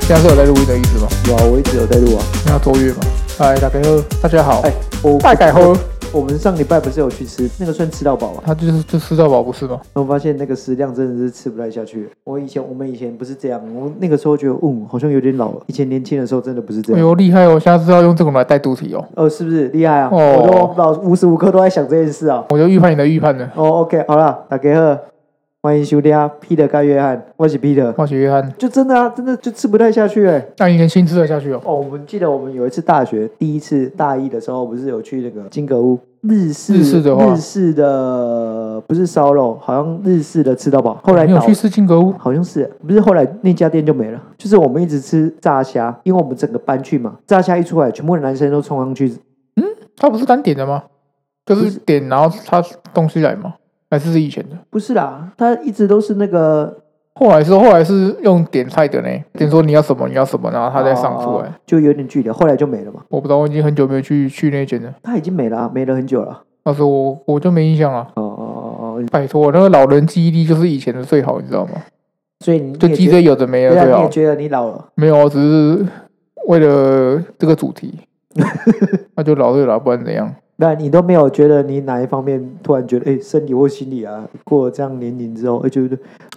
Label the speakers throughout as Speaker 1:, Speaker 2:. Speaker 1: 现在是有在录音的意思吗？
Speaker 2: 有啊，我一直有在录啊。
Speaker 1: 你要卓越吗？哎，大概好，大家好，
Speaker 2: 哎，我
Speaker 1: 哦大概好，
Speaker 2: 我们上礼拜不是有去吃那个算吃到饱吗？
Speaker 1: 他就是就吃到饱不是吗？
Speaker 2: 我发现那个食量真的是吃不太下去。我以前我们以前不是这样，我那个时候觉得，嗯，好像有点老了。以前年轻的时候真的不是这
Speaker 1: 哎
Speaker 2: 样。
Speaker 1: 呦厉害哦，下次要用这种来带肚体哦。
Speaker 2: 哦，是不是厉害啊？
Speaker 1: 哦
Speaker 2: 我都老无时无刻都在想这件事啊。
Speaker 1: 我就预判你的预判了。
Speaker 2: 哦，OK，好啦，大家好，欢迎收听 Peter 盖约翰，我是 Peter。
Speaker 1: 化学约翰，
Speaker 2: 就真的啊，真的就吃不太下去哎、
Speaker 1: 那你连新吃得下去哦？
Speaker 2: 哦，我们记得我们有一次大学第一次大一的时候，不是有去那个金阁屋日式
Speaker 1: 日式的话
Speaker 2: 日式的不是烧肉，好像日式的吃到饱。后来
Speaker 1: 你有
Speaker 2: 倒
Speaker 1: 去吃金阁屋？
Speaker 2: 好像是不是后来那家店就没了，就是我们一直吃炸虾，因为我们整个班去嘛，炸虾一出来，全部的男生都冲上去。
Speaker 1: 他不是单点的吗？就
Speaker 2: 不
Speaker 1: 是
Speaker 2: 是
Speaker 1: 点，然后他东西来吗？还是是以前的？
Speaker 2: 不是啦，他一直都是那个
Speaker 1: 后来是后来是用点菜的呢，点说你要什么你要什么，然后他再上出来。
Speaker 2: 哦就有点距离，后来就没了嘛。
Speaker 1: 我不知道，我已经很久没有去去那间了。
Speaker 2: 他已经没了、啊，没了很久了。
Speaker 1: 那时候我我就没印象了。
Speaker 2: 哦哦哦哦，
Speaker 1: 拜托，那个老人记忆力就是以前的最好，你知道吗？
Speaker 2: 所以你
Speaker 1: 就
Speaker 2: 你也
Speaker 1: 记
Speaker 2: 觉得
Speaker 1: 得有的没的
Speaker 2: 对
Speaker 1: 最
Speaker 2: 啊，你也
Speaker 1: 好。
Speaker 2: 觉得你老了。
Speaker 1: 没有，啊只是为了这个主 题，那就老对老，不然怎样？
Speaker 2: 那你都没有觉得你哪一方面突然觉得，哎、身体或心理啊，过了这样年龄之后，哎、觉得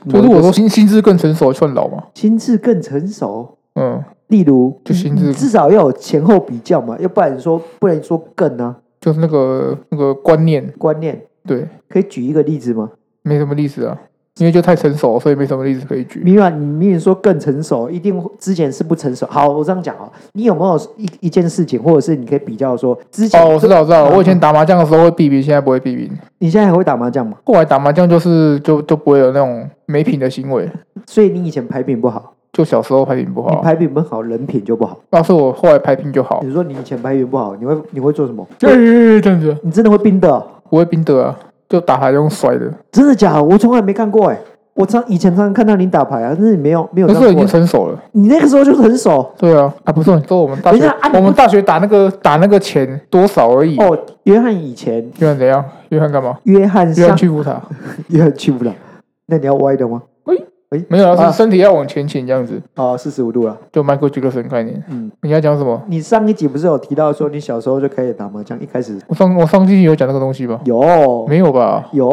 Speaker 1: 就是我
Speaker 2: 某一
Speaker 1: 说
Speaker 2: 个
Speaker 1: 心心智更成熟算老嘛？
Speaker 2: 心智更成熟，
Speaker 1: 嗯，
Speaker 2: 例如
Speaker 1: 就心智
Speaker 2: 你至少要有前后比较嘛，要不然说不能说更啊，
Speaker 1: 就是那个那个观念，
Speaker 2: 观念
Speaker 1: 对，
Speaker 2: 可以举一个例子吗？
Speaker 1: 没什么例子啊，因为就太成熟，所以没什么例子可以举。
Speaker 2: 明远，你明远说更成熟，一定之前是不成熟。好，我这样讲啊，你有没有一一件事情，或者是你可以比较说之前
Speaker 1: 哦，我知道，我知道，
Speaker 2: 嗯
Speaker 1: 我以前打麻将的时候会避避，现在不会避避。
Speaker 2: 你现在还会打麻将吗？
Speaker 1: 后来打麻将就是就就不会有那种没品的行为，
Speaker 2: 所以你以前牌品不好，
Speaker 1: 就小时候牌品不
Speaker 2: 你
Speaker 1: 好，
Speaker 2: 牌品不好，人品就不好。
Speaker 1: 要是我后来牌品就好，
Speaker 2: 你说你以前牌品不好，你会你会做什么？
Speaker 1: 就是哎这样子，
Speaker 2: 你真的会冰的哦、
Speaker 1: 不会冰得啊，就打牌用摔的，
Speaker 2: 真的假的？我从来没看过哎、我常以前常常看到你打牌啊，但是你没有没有
Speaker 1: 可
Speaker 2: 当
Speaker 1: 是我已
Speaker 2: 过
Speaker 1: 经。成熟了。
Speaker 2: 你那个时候就是很熟
Speaker 1: 对啊，啊不是，你说我们大
Speaker 2: 等
Speaker 1: 学，
Speaker 2: 一下啊你不
Speaker 1: 我们大学打那个打那个钱多少而已。
Speaker 2: 哦。约翰以前，
Speaker 1: 约翰怎样？约翰干嘛？
Speaker 2: 约翰
Speaker 1: 约
Speaker 2: 上
Speaker 1: 翰去扶他，
Speaker 2: 约翰去不了，那你要歪的吗？
Speaker 1: 没有啊，
Speaker 2: 啊
Speaker 1: 是身体要往前倾这样子，
Speaker 2: 哦，四十五度了。
Speaker 1: 就 Michael Jackson 概念。
Speaker 2: 嗯，
Speaker 1: 你要讲什么？
Speaker 2: 你上一集不是有提到说你小时候就开始打麻将？一开始
Speaker 1: 我上我上星期有讲那个东西吧？
Speaker 2: 有
Speaker 1: 没有吧？
Speaker 2: 有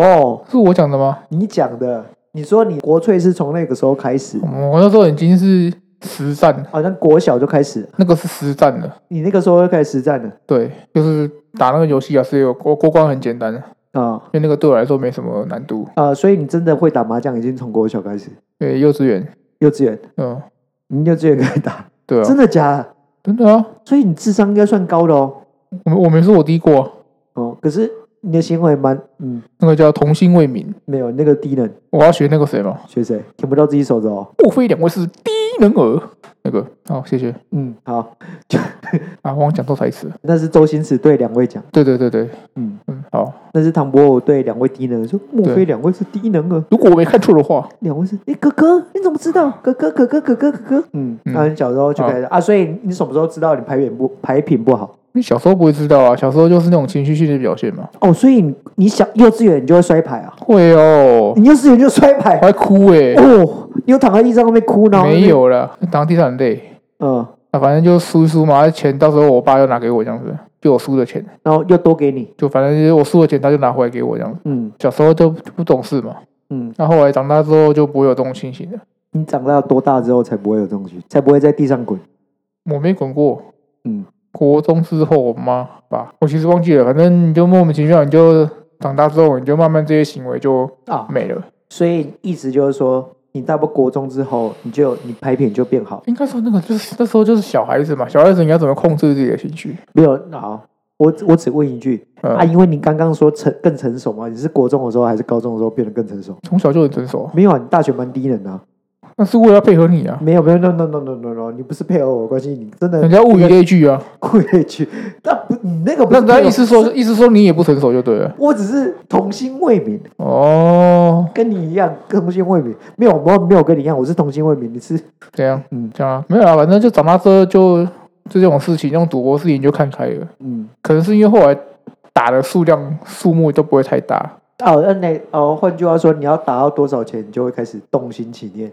Speaker 1: 是我讲的吗？
Speaker 2: 你讲的，你说你国粹是从那个时候开始，
Speaker 1: 嗯我那时候已经是实战，
Speaker 2: 好像国小就开始，
Speaker 1: 那个是实战的，
Speaker 2: 你那个时候就开始实战了
Speaker 1: 对，就是打那个游戏啊，是有过过关很简单，因
Speaker 2: 啊
Speaker 1: 为那个对我来说没什么难度。
Speaker 2: 啊！所以你真的会打麻将已经从国小开始，
Speaker 1: 对，幼稚园，
Speaker 2: 幼稚园，
Speaker 1: 嗯，
Speaker 2: 你幼稚园开始打，
Speaker 1: 对啊
Speaker 2: 真，的假的？
Speaker 1: 真的啊，
Speaker 2: 所以你智商应该算高的哦。
Speaker 1: 我没我没说我低过啊，
Speaker 2: 哦，可是你的行为蛮……嗯，
Speaker 1: 那个叫童心未泯。
Speaker 2: 没有那个低能，
Speaker 1: 我要学那个谁嘛，
Speaker 2: 学谁舔不到自己手指哦。
Speaker 1: 莫非两位是低能儿？那个，好，谢谢
Speaker 2: 嗯，好，
Speaker 1: 啊，忘讲错台词了。
Speaker 2: 那是周星驰对两位讲，
Speaker 1: 对对对对，
Speaker 2: 嗯，
Speaker 1: 嗯，好。
Speaker 2: 那是唐伯虎对两位低能说，莫非两位是低能儿？
Speaker 1: 如果我没看错的话，
Speaker 2: 两位是，哎、哥哥，你怎么知道？哥哥，哥哥，哥哥，哥哥。嗯，
Speaker 1: 嗯
Speaker 2: 那、你小时候就开始啊，所以你什么时候知道你牌品不牌品不好？
Speaker 1: 你小时候不会知道啊，小时候就是那种情绪性的表现嘛。
Speaker 2: 哦，所以你你小幼稚园你就会摔牌啊？
Speaker 1: 会哦，
Speaker 2: 你幼稚园就摔牌
Speaker 1: 我？还哭哎、
Speaker 2: 哦，你有躺在地上那边哭呢？
Speaker 1: 没。有啦，当地上很累。
Speaker 2: 嗯，
Speaker 1: 啊，反正就输一输嘛，钱到时候我爸又拿给我这样子，就我输的钱，
Speaker 2: 然后又多给你。
Speaker 1: 就反正就是我输的钱他就拿回来给我这样子。
Speaker 2: 嗯
Speaker 1: 小时候就就不懂事嘛，
Speaker 2: 嗯，
Speaker 1: 那后来长大之后就不会有这种情形了。
Speaker 2: 你长大多大之后才不会有这种东西，才不会在地上滚？
Speaker 1: 我没滚过，
Speaker 2: 嗯，
Speaker 1: 国中之后，我妈吧，我其实忘记了，反正你就莫名其妙，你就长大之后，你就慢慢这些行为就
Speaker 2: 啊，
Speaker 1: 没了。
Speaker 2: 所以意思就是说，你大不国中之后，你就你拍片就变好，
Speaker 1: 应该说那个就是那时候就是小孩子嘛，小孩子你要怎么控制自己的情绪？
Speaker 2: 没有好。我我只问一句
Speaker 1: 嗯
Speaker 2: 啊，因为你刚刚说成更成熟嘛，你是国中的时候还是高中的时候变得更成熟？
Speaker 1: 从小就很成熟啊，
Speaker 2: 没有啊，你大学蛮低能的啊、
Speaker 1: 那是为了配合你啊，
Speaker 2: 没有没有，no no no no no no，你不是配合我的关系，你真
Speaker 1: 人
Speaker 2: 的
Speaker 1: 家物以类聚啊。
Speaker 2: 跪下去， 那不你那个不
Speaker 1: 那
Speaker 2: 是啊
Speaker 1: 那
Speaker 2: 配合
Speaker 1: 意思说，意思说你也不成熟就对了。
Speaker 2: 我只是童心未泯，
Speaker 1: 哦，
Speaker 2: 跟你一样童心未泯，没有我没有跟你一样，我是童心未泯，你是
Speaker 1: 这样，
Speaker 2: 嗯
Speaker 1: 这样啊，没有啊，反正就长大之后就就这种事情，这种赌博事情就看开了。
Speaker 2: 嗯。
Speaker 1: 可能是因为后来打的数量数目都不会太大，
Speaker 2: 哦，那那哦，换句话说，你要打到多少钱，你就会开始动心起念。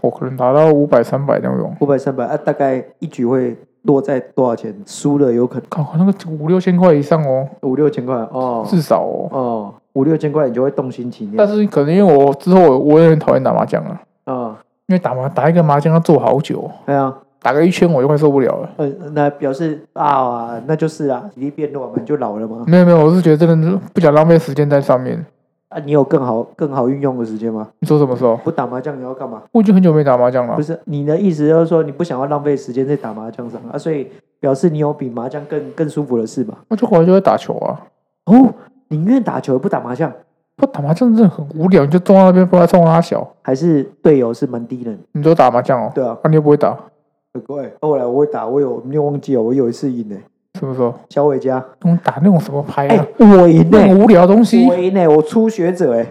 Speaker 1: 我可能打到五百、三百那种。
Speaker 2: 五百三百啊，大概一局会落在多少钱？输了有可能
Speaker 1: 靠，那个五六千块以上哦，
Speaker 2: 五六千块哦
Speaker 1: 至少哦。
Speaker 2: 哦，五六千块你就会动心起念
Speaker 1: 但是可能因为我之后我我也很讨厌打麻将了，
Speaker 2: 啊，
Speaker 1: 因为打麻打一个麻将要做好久，
Speaker 2: 哎呀，
Speaker 1: 打个一圈我就快受不了了。
Speaker 2: 呃，那表示啊，那就是啊，体力变弱嘛，你就老了嘛。
Speaker 1: 没有没有，我是觉得真的是不想浪费时间在上面。
Speaker 2: 啊，你有更好更好运用的时间吗？
Speaker 1: 你说什么时候？
Speaker 2: 不打麻将你要干嘛？
Speaker 1: 我已经很久没打麻将了
Speaker 2: 不。是你的意思就是说你不想要浪费时间在打麻将上啊，所以表示你有比麻将更更舒服的事嘛？
Speaker 1: 我就回来就会打球啊。
Speaker 2: 哦，宁愿打球也不打麻将，
Speaker 1: 不打麻将真的很无聊，你就坐在那边不知道冲他小。
Speaker 2: 还是队友是蛮低能的？
Speaker 1: 你都打麻将哦？
Speaker 2: 对啊，
Speaker 1: 啊，你又不会打？
Speaker 2: 很怪。后来我会打，我有你有忘记哦，我有一次赢呢，
Speaker 1: 什么时候？
Speaker 2: 小伟家，
Speaker 1: 那种打那种什么牌
Speaker 2: 哎、
Speaker 1: 啊？
Speaker 2: 我赢呢
Speaker 1: 那，种无聊的东西
Speaker 2: 我赢呢，我初学者哎，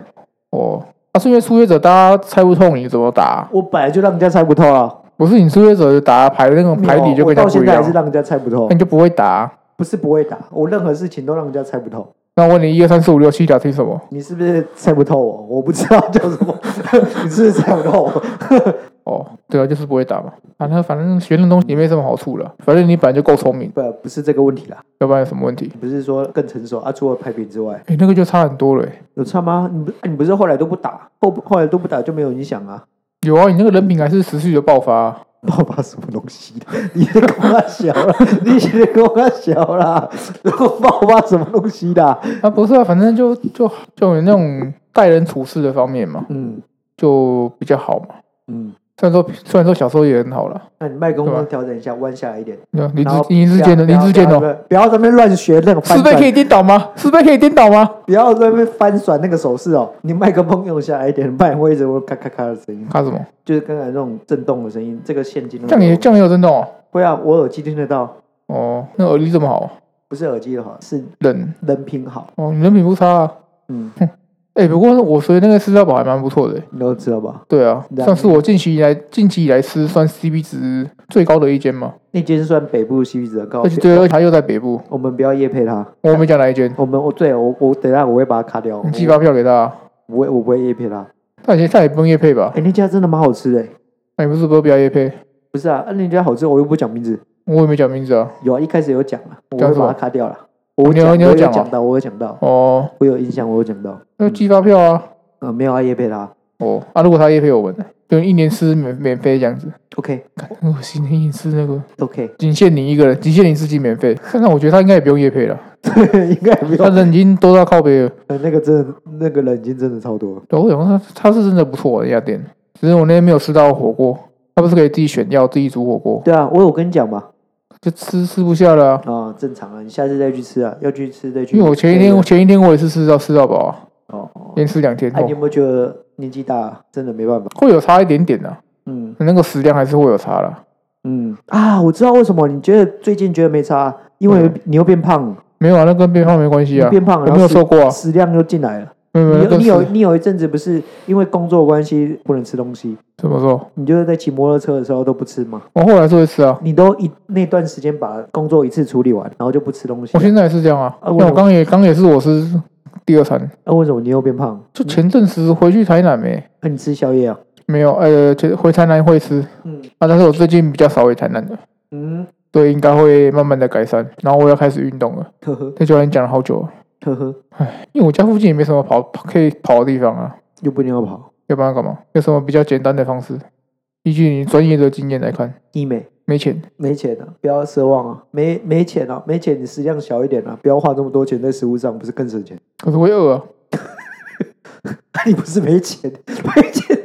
Speaker 1: 哦。啊，是因为初学者大家猜不透你怎么打，啊
Speaker 2: 我本来就让人家猜不透啊，
Speaker 1: 不是你初学者打牌那种牌理就
Speaker 2: 我
Speaker 1: 跟人家
Speaker 2: 到
Speaker 1: 不
Speaker 2: 现
Speaker 1: 一
Speaker 2: 在还
Speaker 1: 样哎
Speaker 2: 是，让人家猜不透
Speaker 1: 那，你就不会打。
Speaker 2: 不是不会打，我任何事情都让人家猜不透。
Speaker 1: 那我问你，一二三四五六七条是什么？
Speaker 2: 你是不是猜不透我？我不知道叫什么， 你是不是猜不透我？
Speaker 1: 哦，对啊，就是不会打嘛。反正反正学那东西也没什么好处了，反正你本来就够聪明，
Speaker 2: 不，不是这个问题啦，
Speaker 1: 要不然有什么问题？
Speaker 2: 不是说更成熟啊，除了拍片之外，
Speaker 1: 哎，那个就差很多了欸。
Speaker 2: 有差吗？你不，啊你不是后来都不打，后后来都不打就没有影响啊？
Speaker 1: 有啊，你那个人品还是持续的爆发啊、
Speaker 2: 爸爸什么东西的？ 你是跟我小啦，你是跟我小 啦，然后爸爸什么东西的啊？
Speaker 1: 啊，不是啊，反正就就就有那种待人处事的方面嘛，
Speaker 2: 嗯
Speaker 1: 就比较好嘛。
Speaker 2: 嗯，
Speaker 1: 虽然说虽然说小时候也很好啊了，
Speaker 2: 那你麦克
Speaker 1: 对
Speaker 2: 风
Speaker 1: 吧
Speaker 2: 调整一下，弯下来一点。
Speaker 1: 那林志
Speaker 2: 然后
Speaker 1: 林志坚的
Speaker 2: 不
Speaker 1: 林
Speaker 2: 要
Speaker 1: 志坚
Speaker 2: 不
Speaker 1: 哦，
Speaker 2: 要不要在那边乱学那个翻
Speaker 1: 四倍
Speaker 2: 转
Speaker 1: 可以颠倒吗？四倍可以颠倒吗？
Speaker 2: 不要在那边翻转那个手势哦，你麦克风用下来一点，不然会一直有咔咔咔的声音，
Speaker 1: 看什么？
Speaker 2: 就是刚才那种震动的声音。这个现金
Speaker 1: 这样也这样也有震动哦。
Speaker 2: 会啊，我耳机听得到，
Speaker 1: 哦，那耳力这么好，
Speaker 2: 不是耳机的好，是
Speaker 1: 人
Speaker 2: 人品好。
Speaker 1: 哦，你人品不差啊。
Speaker 2: 嗯，
Speaker 1: 哎、不过我觉得那个吃到饱还蛮不错的欸。
Speaker 2: 你都知道吧？
Speaker 1: 对啊，
Speaker 2: 对啊
Speaker 1: 算是我近期以来近期以来吃算 CP 值最高的一间嘛，
Speaker 2: 那间算北部 CP 值的高
Speaker 1: 而，且对，而且它又在北部，
Speaker 2: 我们不要夜配它。
Speaker 1: 我没讲哪一间，
Speaker 2: 我们我对我我等一下我会把它卡掉，我
Speaker 1: 你寄发票给他啊，
Speaker 2: 我不会我不会夜啊配它。
Speaker 1: 他也他也不用夜配吧？
Speaker 2: 哎，那家真的蛮好吃的，
Speaker 1: 那、你不是说不要夜配？
Speaker 2: 不是啊？啊那家好吃，我又不讲名字。
Speaker 1: 我也没讲名字啊。
Speaker 2: 有啊，一开始有讲啊，我
Speaker 1: 讲
Speaker 2: 会
Speaker 1: 什么
Speaker 2: 把它卡掉了。我
Speaker 1: 你有你有
Speaker 2: 我
Speaker 1: 讲哦
Speaker 2: 讲到，我有讲到，
Speaker 1: 哦，
Speaker 2: 我有印象，我有讲到。
Speaker 1: 那寄发票啊。
Speaker 2: 呃，没有啊，叶佩拉。
Speaker 1: 哦，啊，如果他夜配我们呢，就一年吃免免费这样子。
Speaker 2: OK
Speaker 1: 我今天一吃那个，
Speaker 2: OK，
Speaker 1: 仅限你一个人，仅限你自己免费。但是我觉得他应该也不用夜配了，
Speaker 2: 应该不
Speaker 1: 他
Speaker 2: 用。
Speaker 1: 人已经多到靠背了。
Speaker 2: 呃那个真的，那个人已经真的超多了。
Speaker 1: 对，我想说他他是真的不错的一家店，只是我那天没有吃到火锅。他不是可以自己选料、自己煮火锅，
Speaker 2: 对啊，我有跟你讲嘛，
Speaker 1: 就吃吃不下了啊、
Speaker 2: 啊，正常啊，你下次再去吃啊，要去吃再去。
Speaker 1: 因为我前一天我前一天我也是吃到吃到饱啊，
Speaker 2: 哦，哦
Speaker 1: 连吃两天，
Speaker 2: 啊哎，你有
Speaker 1: 哦、
Speaker 2: 没有觉得年纪大啊真的没办法？
Speaker 1: 会有差一点点的、啊，
Speaker 2: 嗯
Speaker 1: 那个食量还是会有差啦。
Speaker 2: 嗯啊，我知道为什么你觉得最近觉得没差，因为你又变胖，
Speaker 1: 没有啊，那跟变胖没关系
Speaker 2: 你
Speaker 1: 啊，
Speaker 2: 变
Speaker 1: 嗯
Speaker 2: 胖，
Speaker 1: 我
Speaker 2: 然
Speaker 1: 没
Speaker 2: 后
Speaker 1: 有
Speaker 2: 食
Speaker 1: 瘦过啊，
Speaker 2: 食量又进来了。
Speaker 1: 没有没有，
Speaker 2: 你
Speaker 1: 那
Speaker 2: 有
Speaker 1: 跟
Speaker 2: 你有
Speaker 1: 吃
Speaker 2: 你有一阵子不是因为工作关系不能吃东西，
Speaker 1: 怎么说？
Speaker 2: 你就是在骑摩托车的时候都不吃吗？
Speaker 1: 我后来做一次啊，
Speaker 2: 你都一那段时间把工作一次处理完，然后就不吃东西
Speaker 1: 我。现在也是这样啊。
Speaker 2: 啊嗯
Speaker 1: 那
Speaker 2: 为什么
Speaker 1: 我刚也刚也是我是第二餐，
Speaker 2: 那、啊为什么你又变胖？
Speaker 1: 就前阵子回去台南没
Speaker 2: 那、你吃宵夜啊？
Speaker 1: 没有，呃，前回台南会吃
Speaker 2: 嗯
Speaker 1: 啊，但是我最近比较少回台南的，
Speaker 2: 嗯，
Speaker 1: 所以应该会慢慢的改善。然后我要开始运动了，
Speaker 2: 呵呵
Speaker 1: 在教练讲了好久了，
Speaker 2: 呵呵，
Speaker 1: 因为我家附近也没什么跑可以跑的地方啊，
Speaker 2: 又不一定要跑
Speaker 1: 要不然干嘛？有什么比较简单的方式？依据你专业的经验来看，
Speaker 2: 医美，
Speaker 1: 没钱，
Speaker 2: 没钱啊，不要奢望啊，没没钱啊，没钱你食量小一点啊，不要花这么多钱在食物上，不是更省钱？
Speaker 1: 可是会饿啊。
Speaker 2: 你不是 没钱，没钱。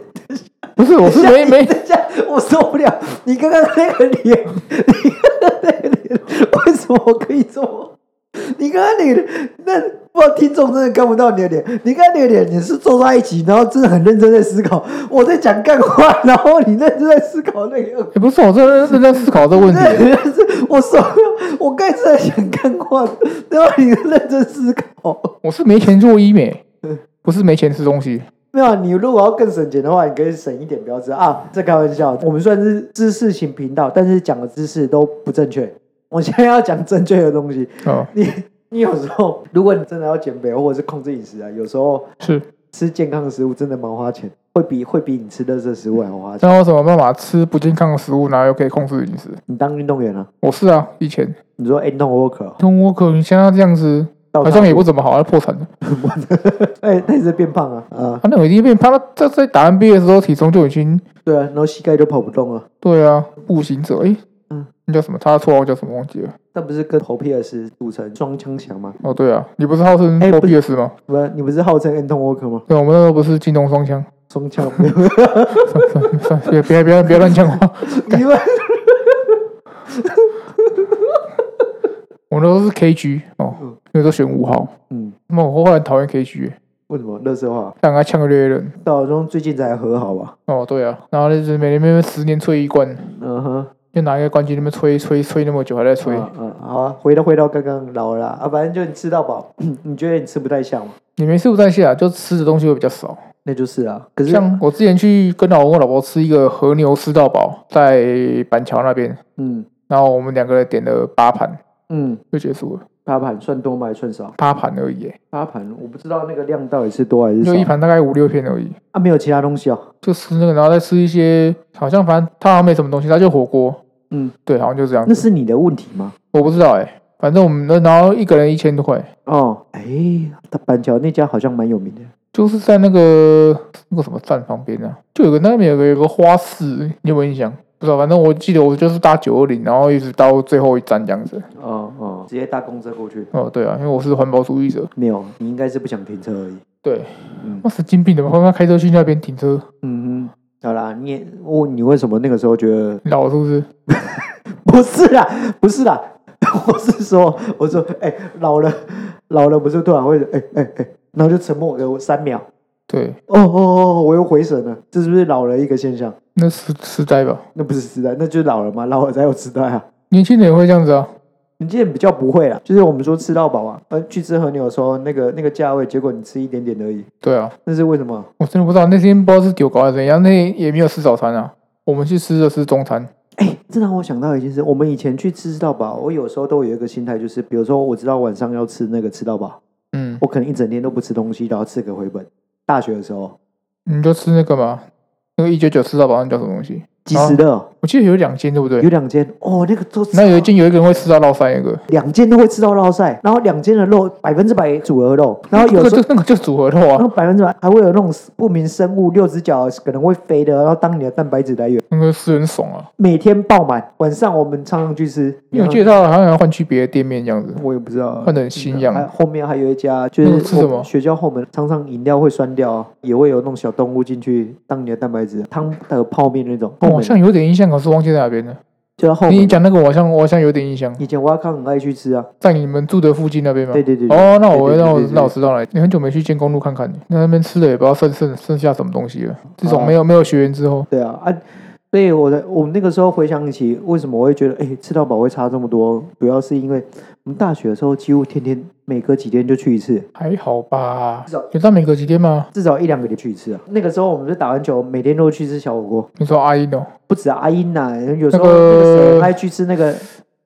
Speaker 1: 不是，我是没没
Speaker 2: 等一下，我受不了！你刚刚那个脸，你刚刚那个脸，为什么我可以这么？你刚刚那个脸，那不知道听众真的看不到你的脸。你刚刚那个脸，你是坐在一起，然后真的很认真在思考。我在讲干话，然后你认真在思考那 个。
Speaker 1: 也不是，我真的认真思考这个问题。
Speaker 2: 真是我受不了！我刚才是在想干话，然后你认真思考。
Speaker 1: 我是没钱做医美
Speaker 2: 嗯，
Speaker 1: 不是没钱吃东西。
Speaker 2: 没有，啊你如果要更省钱的话，你可以省一点，不要吃啊。这开玩笑，我们算是知识型频道，但是讲的知识都不正确。我现在要讲正确的东西。
Speaker 1: 哦，
Speaker 2: 你你有时候，如果你真的要减肥或者是控制饮食啊，有时候
Speaker 1: 是
Speaker 2: 吃健康的食物真的蛮花钱，会比会比你吃垃圾食物还花钱。
Speaker 1: 那有什么办法吃不健康的食物，然后又可以控制饮食？
Speaker 2: 你当运动员啊？
Speaker 1: 我是啊，以前
Speaker 2: 你说 end worker 哦
Speaker 1: 跟我可能现在这样子，
Speaker 2: 到
Speaker 1: 好像也不怎么好，要破产了。
Speaker 2: 哎，那也是变胖啊啊，
Speaker 1: 他那种已经变胖，他在在打 NBA 的时候体重就已经
Speaker 2: 对啊，然后膝盖就跑不动了，
Speaker 1: 对啊，步行者诶，
Speaker 2: 嗯
Speaker 1: 那叫什么？他的绰号叫什么？忘记了。
Speaker 2: 那不是跟头皮尔斯组成双枪侠吗？
Speaker 1: 哦，对啊，你不是号称
Speaker 2: 哎
Speaker 1: p
Speaker 2: 不
Speaker 1: b s 吗？
Speaker 2: 不是，你不是号称 end worker 吗？
Speaker 1: 对，我们那时候不是金融双枪，
Speaker 2: 双枪 没有，
Speaker 1: 算算别别别别乱讲话。
Speaker 2: 你们
Speaker 1: 我那时候是 KG 哦
Speaker 2: 嗯，
Speaker 1: 那时候选五号。
Speaker 2: 嗯，
Speaker 1: 那我后来讨厌 KG，欸
Speaker 2: 为什么乐色话？
Speaker 1: 让他呛个猎人。
Speaker 2: 到好像最近才和好吧？
Speaker 1: 哦，对啊，然后就是每年每年十年吹一冠，
Speaker 2: 嗯哼，
Speaker 1: 就拿一个冠军那边吹吹吹那么久还在吹。
Speaker 2: 嗯嗯，好啊，回到回到刚刚老了啦啊，反正就你吃到饱， 你觉得你吃不太像吗？
Speaker 1: 你没事不在下，就吃的东西会比较少。
Speaker 2: 那就是啊，可是
Speaker 1: 像我之前去跟老公我老婆吃一个和牛吃到饱，在板桥那边，
Speaker 2: 嗯
Speaker 1: 然后我们两个人点了八盘
Speaker 2: 嗯，
Speaker 1: 就结束了，
Speaker 2: 八盘算多吗？还算少？
Speaker 1: 八盘而已欸，
Speaker 2: 八盘我不知道那个量到底是多还是少
Speaker 1: 就一盘大概五六片而已。
Speaker 2: 啊，没有其他东西哦。
Speaker 1: 就吃那个，然后再吃一些，好像反正它好像没什么东西，它就火锅。
Speaker 2: 嗯，
Speaker 1: 对，好像就这样
Speaker 2: 那
Speaker 1: 子。
Speaker 2: 是你的问题吗？
Speaker 1: 我不知道哎、反正我们那然后一个人一千多块，
Speaker 2: 哦，哎，大板桥那家好像蛮有名的，
Speaker 1: 就是在那个那个什么站旁边啊，就有个那边有个有个花市，你有没有印象？不知道，反正我记得我就是搭九二零，然后一直到最后一站这样子。
Speaker 2: 哦哦，直接搭公车过去。
Speaker 1: 哦，对啊，因为我是环保主义者。
Speaker 2: 没有，你应该是不想停车而已。
Speaker 1: 对，
Speaker 2: 嗯
Speaker 1: 那神经病的嘛，他妈开车去那边停车，
Speaker 2: 嗯哼，好啦，你也我问你为什么那个时候觉得
Speaker 1: 老是不是？
Speaker 2: 不是啦，不是啦， 我是说，我说，哎、老了，老了，不是突然会，哎哎哎，然后就沉默个三秒，
Speaker 1: 对，
Speaker 2: 哦哦哦，我又回神了，这是不是老了一个现象？
Speaker 1: 那痴痴呆吧，
Speaker 2: 那不是痴呆，那就是老了嘛，老了才有痴呆啊。
Speaker 1: 年轻人也会这样子啊。
Speaker 2: 你今天比较不会啦，就是我们说吃到饱啊，呃，去吃和牛的时候，那个那个价位，结果你吃一点点而已，
Speaker 1: 对啊，
Speaker 2: 那是为什么？
Speaker 1: 我真的不知道那天不知道是丢搞还是怎样，那天也没有吃早餐啊。我们去吃的是中餐，
Speaker 2: 哎、这让我想到一件事，我们以前去吃吃到饱，我有时候都有一个心态，就是比如说我知道晚上要吃那个吃到饱，
Speaker 1: 嗯，
Speaker 2: 我可能一整天都不吃东西，然后吃个回本。大学的时候，
Speaker 1: 你就吃那个嘛，那个一九九吃到饱，那叫什么东西？
Speaker 2: 即时的、
Speaker 1: 我记得有两间，对不哦对
Speaker 2: 有？两间哦，那个都吃
Speaker 1: 那有一间有一个人会吃到落腮，那个，
Speaker 2: 两间都会吃到烙晒，然后两间的肉百分之百组合肉，然后
Speaker 1: 那
Speaker 2: 有
Speaker 1: 个
Speaker 2: 时候
Speaker 1: 就那个就组合肉
Speaker 2: 然
Speaker 1: 啊，
Speaker 2: 后百分之百还会有那种不明生物六只脚可能会飞的，然后当你的蛋白质来源，
Speaker 1: 那个是很爽啊。
Speaker 2: 每天爆满。晚上我们常常去吃，
Speaker 1: 因为我记得他好像要换去别的店面这样子，
Speaker 2: 我也不知道
Speaker 1: 换。的很新
Speaker 2: 还
Speaker 1: 样。
Speaker 2: 后面还有一家，就
Speaker 1: 那个是
Speaker 2: 是
Speaker 1: 什
Speaker 2: 我
Speaker 1: 么
Speaker 2: 们学校后门，常常饮料会酸掉啊，也会有那种小动物进去当你的蛋白质，汤的泡面那种。
Speaker 1: 我哦
Speaker 2: 后
Speaker 1: 好
Speaker 2: 门
Speaker 1: 像有点印象，可是忘记在哪边了。
Speaker 2: 就在后
Speaker 1: 你
Speaker 2: 门。
Speaker 1: 讲那个，我好像我好像有点印象，
Speaker 2: 以前挖康很爱去吃啊，
Speaker 1: 在你们住的附近那边吗
Speaker 2: 对？对对对
Speaker 1: 哦，那我
Speaker 2: 对对对
Speaker 1: 那我
Speaker 2: 对对
Speaker 1: 那我知道了。你很久没去建工路看看，那那边吃的也不知道剩剩剩下什么东西了。自
Speaker 2: 哦
Speaker 1: 从没有没有学员之后，
Speaker 2: 对啊啊！所以我的我们那个时候回想起，为什么我会觉得，哎、吃到饱会差这么多，主要是因为我们大学的时候几乎天天每隔几天就去一次，
Speaker 1: 还好吧
Speaker 2: 至少？
Speaker 1: 有到每隔几天吗？
Speaker 2: 至少一两个礼拜去一次啊。那个时候我们是打完球，每天都去吃小火锅，
Speaker 1: 你说阿英哦，
Speaker 2: 不止阿英呐、有时候
Speaker 1: 那
Speaker 2: 那
Speaker 1: 个
Speaker 2: 个谁还去吃那个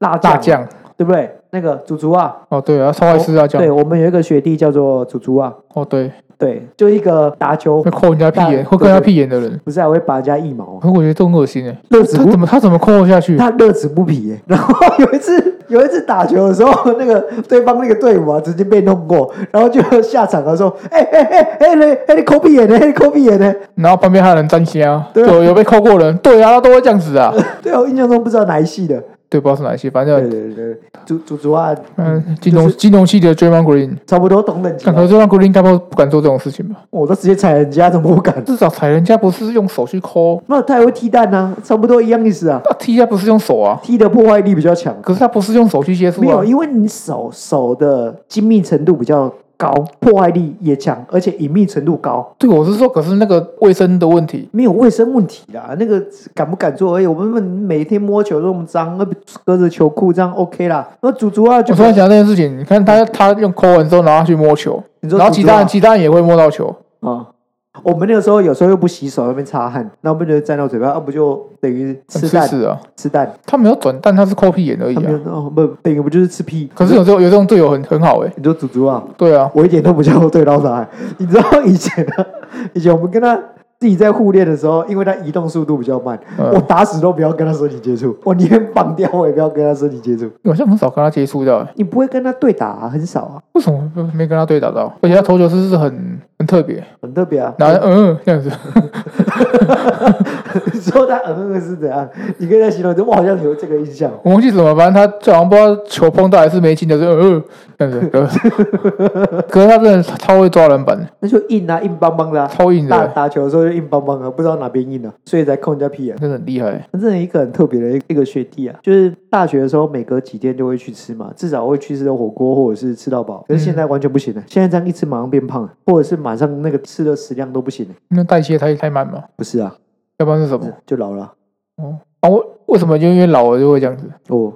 Speaker 2: 辣酱，
Speaker 1: 辣酱
Speaker 2: 对不对？那个祖祖啊，
Speaker 1: 哦，对啊，超爱吃辣酱
Speaker 2: 对我们有一个学弟叫做祖祖啊，
Speaker 1: 哦，对，
Speaker 2: 对，就一个打球
Speaker 1: 会抠人家屁眼，
Speaker 2: 大
Speaker 1: 会跟人家屁眼的人，
Speaker 2: 不是还会拔人家一毛啊，
Speaker 1: 可是我觉得都很恶心哎，
Speaker 2: 乐
Speaker 1: 他
Speaker 2: 此不
Speaker 1: 怎么他怎么抠下去？
Speaker 2: 他乐此不疲耶、 然后有一次，有一次打球的时候，那个对方那个队伍啊，直接被弄过，然后就下场了，说：“哎哎哎哎，你哎你抠鼻眼呢？哎你抠鼻眼呢
Speaker 1: 然后旁边还有人站虾，
Speaker 2: 对啊
Speaker 1: 有有被抠过人，对啊，他都会这样子啊，？”
Speaker 2: 对啊，我印象中不知道哪一系的。
Speaker 1: 对，不知道是哪一些，反
Speaker 2: 对
Speaker 1: 正
Speaker 2: 对对，主主主啊，
Speaker 1: 嗯，金融金融系的 d r a m o n Green，
Speaker 2: 差不多同等级
Speaker 1: 但可
Speaker 2: 吧。
Speaker 1: 是 d r a m o n Green 应该不不敢做这种事情吧？
Speaker 2: 我都直接踩人家，怎么不敢？
Speaker 1: 至少踩人家不是用手去抠，
Speaker 2: 那他也会踢蛋啊，差不多一样意思啊。
Speaker 1: 他踢他不是用手啊，
Speaker 2: 踢的破坏力比较强，
Speaker 1: 可是他不是用手去接触
Speaker 2: 没
Speaker 1: 啊
Speaker 2: 有，，因为你手手的精密程度比较高，破坏力也强，而且隐秘程度高。
Speaker 1: 对，我是说，可是那个卫生的问题，
Speaker 2: 没有卫生问题啦，那个敢不敢做而已。我们每天摸球都那么脏，那隔着球裤这样 OK 啦。那祖祖啊，就
Speaker 1: 我突然想到这件事情，你看他他用抠完之后，然后他去摸球，
Speaker 2: 你说
Speaker 1: 然后其他人
Speaker 2: 祖祖
Speaker 1: 其他人也会摸到球，
Speaker 2: 啊，我们那个时候有时候又不洗手，那边擦汗，那我们就沾到嘴巴，啊，不就等于吃
Speaker 1: 很
Speaker 2: 蛋
Speaker 1: 吃屎啊！
Speaker 2: 吃蛋？
Speaker 1: 他没有转蛋，他是抠屁眼而已
Speaker 2: 他没有
Speaker 1: 啊。
Speaker 2: 哦，不，等于不就是吃屁？
Speaker 1: 可是有这种有这种队友很很好哎、
Speaker 2: 你说祖祖啊，
Speaker 1: 对啊，
Speaker 2: 我一点都不像我对老傻，你知道以前啊，以前我们跟他自己在互练的时候，因为他移动速度比较慢，
Speaker 1: 嗯
Speaker 2: 我打死都不要跟他身体接触，我宁愿绑掉我也不要跟他身体接触。
Speaker 1: 我好像很少跟他接触到、欸，
Speaker 2: 你不会跟他对打、啊，很少啊，
Speaker 1: 为什么没跟他对打到？而且他投球姿势很很特别，
Speaker 2: 很特别啊。
Speaker 1: 然后嗯这样子，
Speaker 2: 你 说他嗯嗯是怎样？你跟他形容，我好像有这个印象。
Speaker 1: 我忘记怎么，反正他就好像不知道球碰到还是没进的，就嗯嗯 这样子。可是他真的超会抓篮板，
Speaker 2: 那就硬啊，硬邦邦的、啊。
Speaker 1: 超硬的、
Speaker 2: 打打球的时候就硬邦邦的，不知道哪边硬了、所以才控人家屁啊。
Speaker 1: 真的很厉害。
Speaker 2: 那真的一个很特别的一个学弟啊，就是大学的时候每隔几天就会去吃嘛，至少会去吃个火锅或者是吃到饱。可是现在完全不行了，现在这样一吃马上变胖了，或者是马上那个吃的食量都不行了。
Speaker 1: 那代谢太太慢嘛，
Speaker 2: 不是啊，
Speaker 1: 要不然是什么
Speaker 2: 是？就老了
Speaker 1: 哦，啊我为什么就因为老了就会这样子？
Speaker 2: 哦。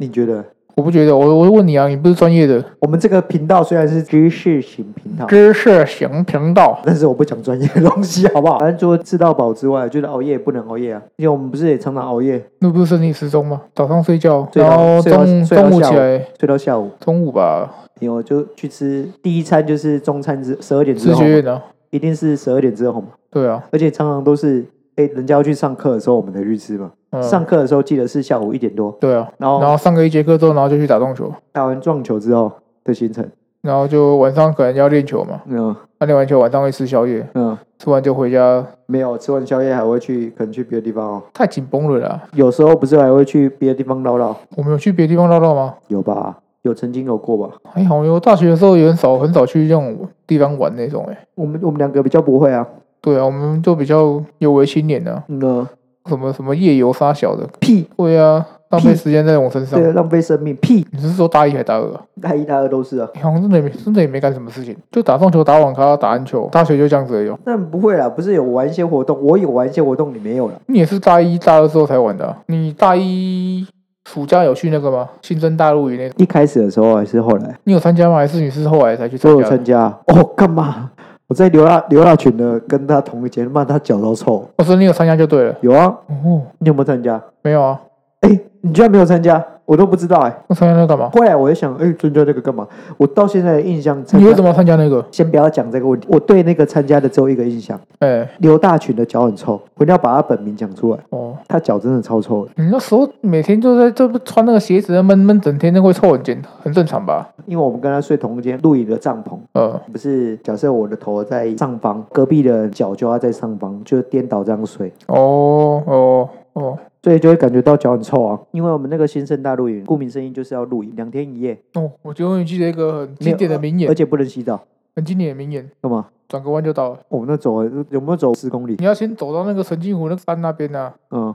Speaker 2: 你觉得
Speaker 1: 我不觉得，我我问你啊，你不是专业的
Speaker 2: 我们这个频道虽然是知识型频道，
Speaker 1: 知识型频道，
Speaker 2: 但是我不讲专业的东西，好不好？ 反正除了吃到饱之外，就是熬夜也不能熬夜啊，因为我们不是也常常熬夜，
Speaker 1: 那不是身体时钟吗？早上睡觉，
Speaker 2: 睡到
Speaker 1: 然后
Speaker 2: 睡到
Speaker 1: 中
Speaker 2: 睡到
Speaker 1: 中午
Speaker 2: 下午
Speaker 1: 起来，
Speaker 2: 睡到下午，
Speaker 1: 中午吧，
Speaker 2: 因为我就去吃第一餐就是中餐之十二点之
Speaker 1: 吃
Speaker 2: 后
Speaker 1: 学
Speaker 2: 嘛，
Speaker 1: 院啊，
Speaker 2: 一定是十二点之后嘛，
Speaker 1: 对啊，
Speaker 2: 而且常常都是哎、人家要去上课的时候我们才去吃嘛，
Speaker 1: 嗯，
Speaker 2: 上哦课的时候记得是下午一点多，
Speaker 1: 对啊，
Speaker 2: 然后
Speaker 1: 然后上个一节课之后，然后就去打撞球，
Speaker 2: 打完撞球之后的行程，
Speaker 1: 然后就晚上可能要练球嘛，
Speaker 2: 嗯
Speaker 1: 那练完球晚上会吃宵夜，
Speaker 2: 嗯，
Speaker 1: 吃完就回家，
Speaker 2: 没有吃完宵夜还会去可能去别的地方哦，
Speaker 1: 太紧绷了啦。
Speaker 2: 有时候不是还会去别的地方唠唠，
Speaker 1: 我们有去别的地方绕绕吗？
Speaker 2: 有吧？有曾经有过吧？
Speaker 1: 还好，因为我大学的时候也很少很少去这种地方玩那种、欸，
Speaker 2: 我们我们两个比较不会啊，
Speaker 1: 对啊，我们就比较有为青年的、啊，
Speaker 2: 嗯、呃
Speaker 1: 什么什么夜游杀小的，
Speaker 2: 屁。
Speaker 1: 对啊，浪费
Speaker 2: 屁
Speaker 1: 时间在我身上。
Speaker 2: 对，浪费生命，屁！
Speaker 1: 你是说大一还大二、啊？哎
Speaker 2: 大一、大二都是啊。
Speaker 1: 你好像真的也没真的也没干什么事情，就打撞球、打网咖、打篮球，大学就这样子而已哦。
Speaker 2: 但不会啦，不是有玩一些活动，我有玩一些活动，你没有啦。
Speaker 1: 你也是大一、大二之后才玩的啊、你大一暑假有去那个吗？新生大陆营那？
Speaker 2: 一开始的时候还是后来，
Speaker 1: 你有参加吗？还是你是后来才去
Speaker 2: 我
Speaker 1: 参
Speaker 2: 有
Speaker 1: 加的？
Speaker 2: 参加。哦，干嘛？我在刘大刘大群的跟他同一间，骂他脚都臭。
Speaker 1: 我说哦你有参加就对了。
Speaker 2: 有啊，
Speaker 1: 哦，
Speaker 2: 你有没有参加？
Speaker 1: 没有啊，
Speaker 2: 哎、你居然没有参加，我都不知道哎、
Speaker 1: 那参加那干嘛？
Speaker 2: 后来我就想，哎、参加这个干嘛？我到现在的印象，参
Speaker 1: 你为
Speaker 2: 加
Speaker 1: 什么要参加那个？
Speaker 2: 先不要讲这个问题，我对那个参加的只有一个印象，
Speaker 1: 哎、
Speaker 2: 刘大群的脚很臭，我一定要把他本名讲出来，
Speaker 1: 哦，
Speaker 2: 他脚真的超臭的，
Speaker 1: 你那时候每天就在这不穿那个鞋子闷闷，整天那会臭很简很正常吧？
Speaker 2: 因为我们跟他睡同一间露营的帐篷。
Speaker 1: 呃，
Speaker 2: 不是，假设我的头在上方，隔壁的脚就要在上方，就颠倒这样睡，
Speaker 1: 哦哦哦
Speaker 2: 所以就会感觉到脚很臭啊。因为我们那个新生大露营，顾名思义就是要露营两天一夜，
Speaker 1: 哦，我就永远记得一个很经典的名
Speaker 2: 而
Speaker 1: 言，
Speaker 2: 且不能洗澡，
Speaker 1: 很经典的名言，
Speaker 2: 干嘛？
Speaker 1: 转个弯就到了。
Speaker 2: 我、们那走了有没有走十公里？
Speaker 1: 你要先走到那个澄清湖那个山那边啊，
Speaker 2: 嗯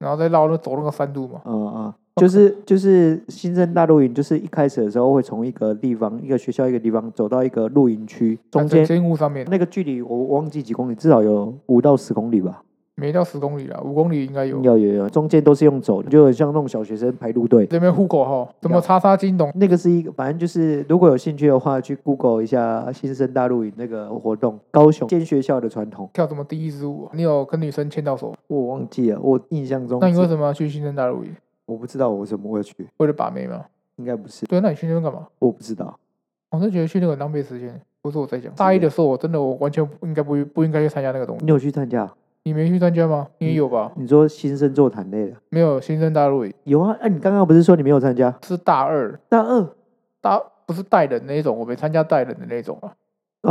Speaker 1: 然后再绕那走那个山路嘛。
Speaker 2: 嗯嗯，就是就是新生大露营，就是一开始的时候会从一个地方、一个学校、一个地方走到一个露营区，啊中
Speaker 1: 在
Speaker 2: 间
Speaker 1: 澄清湖上面
Speaker 2: 那个距离我忘记几公里，至少有五到十公里吧。
Speaker 1: 没到十公里了，五公里应该有。
Speaker 2: 有有有，中间都是用走的，就很像那种小学生排路队。
Speaker 1: 这边户口号，什么
Speaker 2: 有
Speaker 1: 叉叉金董，
Speaker 2: 那个是一个，反正就是如果有兴趣的话，去 Google 一下新生大陆营那个活动，高雄间学校的传统，
Speaker 1: 跳什么第一支舞，啊你有跟女生牵到手？
Speaker 2: 我忘记了，我印象中
Speaker 1: 那你为
Speaker 2: 是
Speaker 1: 什么要去新生大陆营？
Speaker 2: 我不知道我为什么会去，
Speaker 1: 为了把妹吗？
Speaker 2: 应该不是，
Speaker 1: 对，那你去那边干嘛？
Speaker 2: 我不知道，
Speaker 1: 我是觉得去那个很浪费时间。不是我在讲，大一的时候我真的我完全不应该不不应该去参加那个东西。
Speaker 2: 你有去参加？
Speaker 1: 你没去参加吗？你也有吧？
Speaker 2: 你说新生座谈类的
Speaker 1: 没有，新生大陆营
Speaker 2: 有啊？哎、你刚刚不是说你没有参加？
Speaker 1: 是大二，
Speaker 2: 大二
Speaker 1: 大不是带人那一种，我没参加带人的那种啊。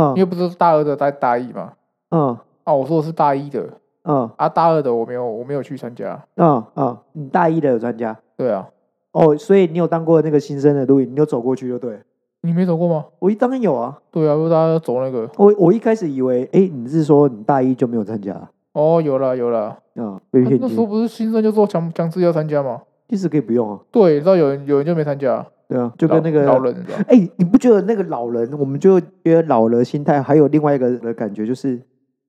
Speaker 2: 啊
Speaker 1: 因为不是大二的带大一嘛？
Speaker 2: 啊
Speaker 1: 啊，我说的是大一的，
Speaker 2: 啊
Speaker 1: 啊，大二的我没有，我没有去参加。
Speaker 2: 啊啊！你大一的有参加
Speaker 1: 对啊，
Speaker 2: 哦，所以你有当过那个新生的露营，你有走过去就对了。
Speaker 1: 你没走过吗？
Speaker 2: 我一当然有啊，
Speaker 1: 对啊，不是大家走那个。
Speaker 2: 我我一开始以为，哎、你是说你大一就没有参加啊？
Speaker 1: 哦，有啦有啦、
Speaker 2: 被
Speaker 1: 啊
Speaker 2: 骗
Speaker 1: 那时
Speaker 2: 进
Speaker 1: 候不是新生就说强强制要参加吗？
Speaker 2: 其实可以不用啊，
Speaker 1: 对，然后有人有人就没参加，
Speaker 2: 对啊，就跟那个
Speaker 1: 老老，人，对啊
Speaker 2: 哎、你不觉得那个老人，我们就觉得老人心态，还有另外一个的感觉就是。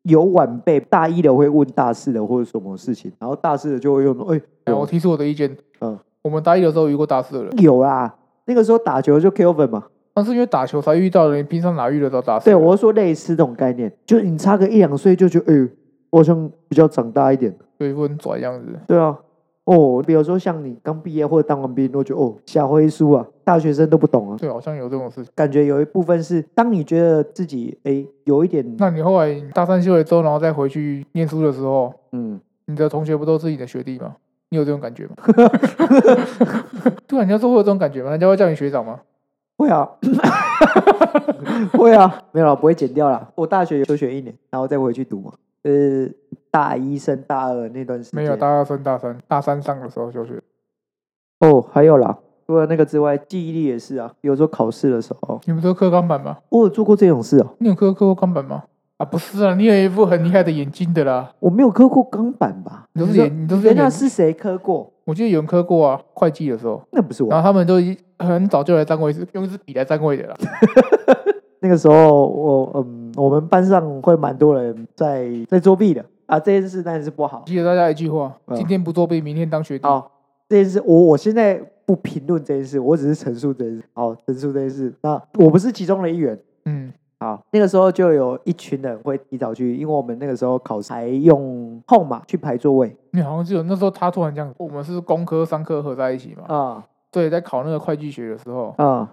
Speaker 2: 有晚辈大一的会问大四的或者什么事情，然后大四的就会用哎、
Speaker 1: 我
Speaker 2: 有
Speaker 1: 提出我的意见。
Speaker 2: 嗯，
Speaker 1: 我们大一的时候遇过大四的人，
Speaker 2: 啊有啦，那个时候打球就 K O 粉嘛，
Speaker 1: 那是因啊为打球才遇到的，你平常哪遇得到大师？
Speaker 2: 对，我是说类似这种概念，就是你差个一两岁就觉得，哎、我好像比较长大一点。
Speaker 1: 对，不能拽这样子。
Speaker 2: 对啊，哦，比如说像你刚毕业或者当完兵，我觉得哦，下灰书啊，大学生都不懂啊。
Speaker 1: 对，好像有这种事情。
Speaker 2: 感觉有一部分是，当你觉得自己哎有一点，
Speaker 1: 那你后来大三休了之后，然后再回去念书的时候，
Speaker 2: 嗯，
Speaker 1: 你的同学不都是你的学弟吗？你有这种感觉吗？ 对啊，人家说会有这种感觉吗？人家会叫你学长吗？
Speaker 2: 会 啊，会啊，没有啦，不会减掉啦。我大学休学一年，然后再回去读嘛。呃，大一升大二那段时间
Speaker 1: 没有，大二升大三，大三上的时候休学。
Speaker 2: 哦，还有啦，除了那个之外，记忆力也是啊。有时候考试的时候，
Speaker 1: 你们都刻钢板吗？
Speaker 2: 我有做过这种事啊，
Speaker 1: 你有刻刻过钢板吗？啊，不是啊，你有一副很厉害的眼睛的啦。
Speaker 2: 我没有刻过钢板吧？
Speaker 1: 你都是
Speaker 2: 说
Speaker 1: 眼，你都是
Speaker 2: 人家
Speaker 1: 眼。
Speaker 2: 是谁刻过？
Speaker 1: 我记得有人刻过啊，会计的时候，
Speaker 2: 那不是我
Speaker 1: 然。后他们都已很早就来站位，是用一支笔来站位的啦。
Speaker 2: 那个时候我嗯，我们班上会蛮多人在在作弊的啊，这件事当然是不好。
Speaker 1: 记得大家一句话：
Speaker 2: 嗯
Speaker 1: 今天不作弊，明天当学弟。
Speaker 2: 好，这件事我我现在不评论这件事，我只是陈述这件事。好，陈述这件事。那我不是其中的一员。
Speaker 1: 嗯，
Speaker 2: 好，那个时候就有一群人会提早去，因为我们那个时候考试还用号码去排座位
Speaker 1: 你好像记得那时候他突然这样，我们是工科、商科合在一起嘛。
Speaker 2: 啊
Speaker 1: 对，在考那个会计学的时候，
Speaker 2: 啊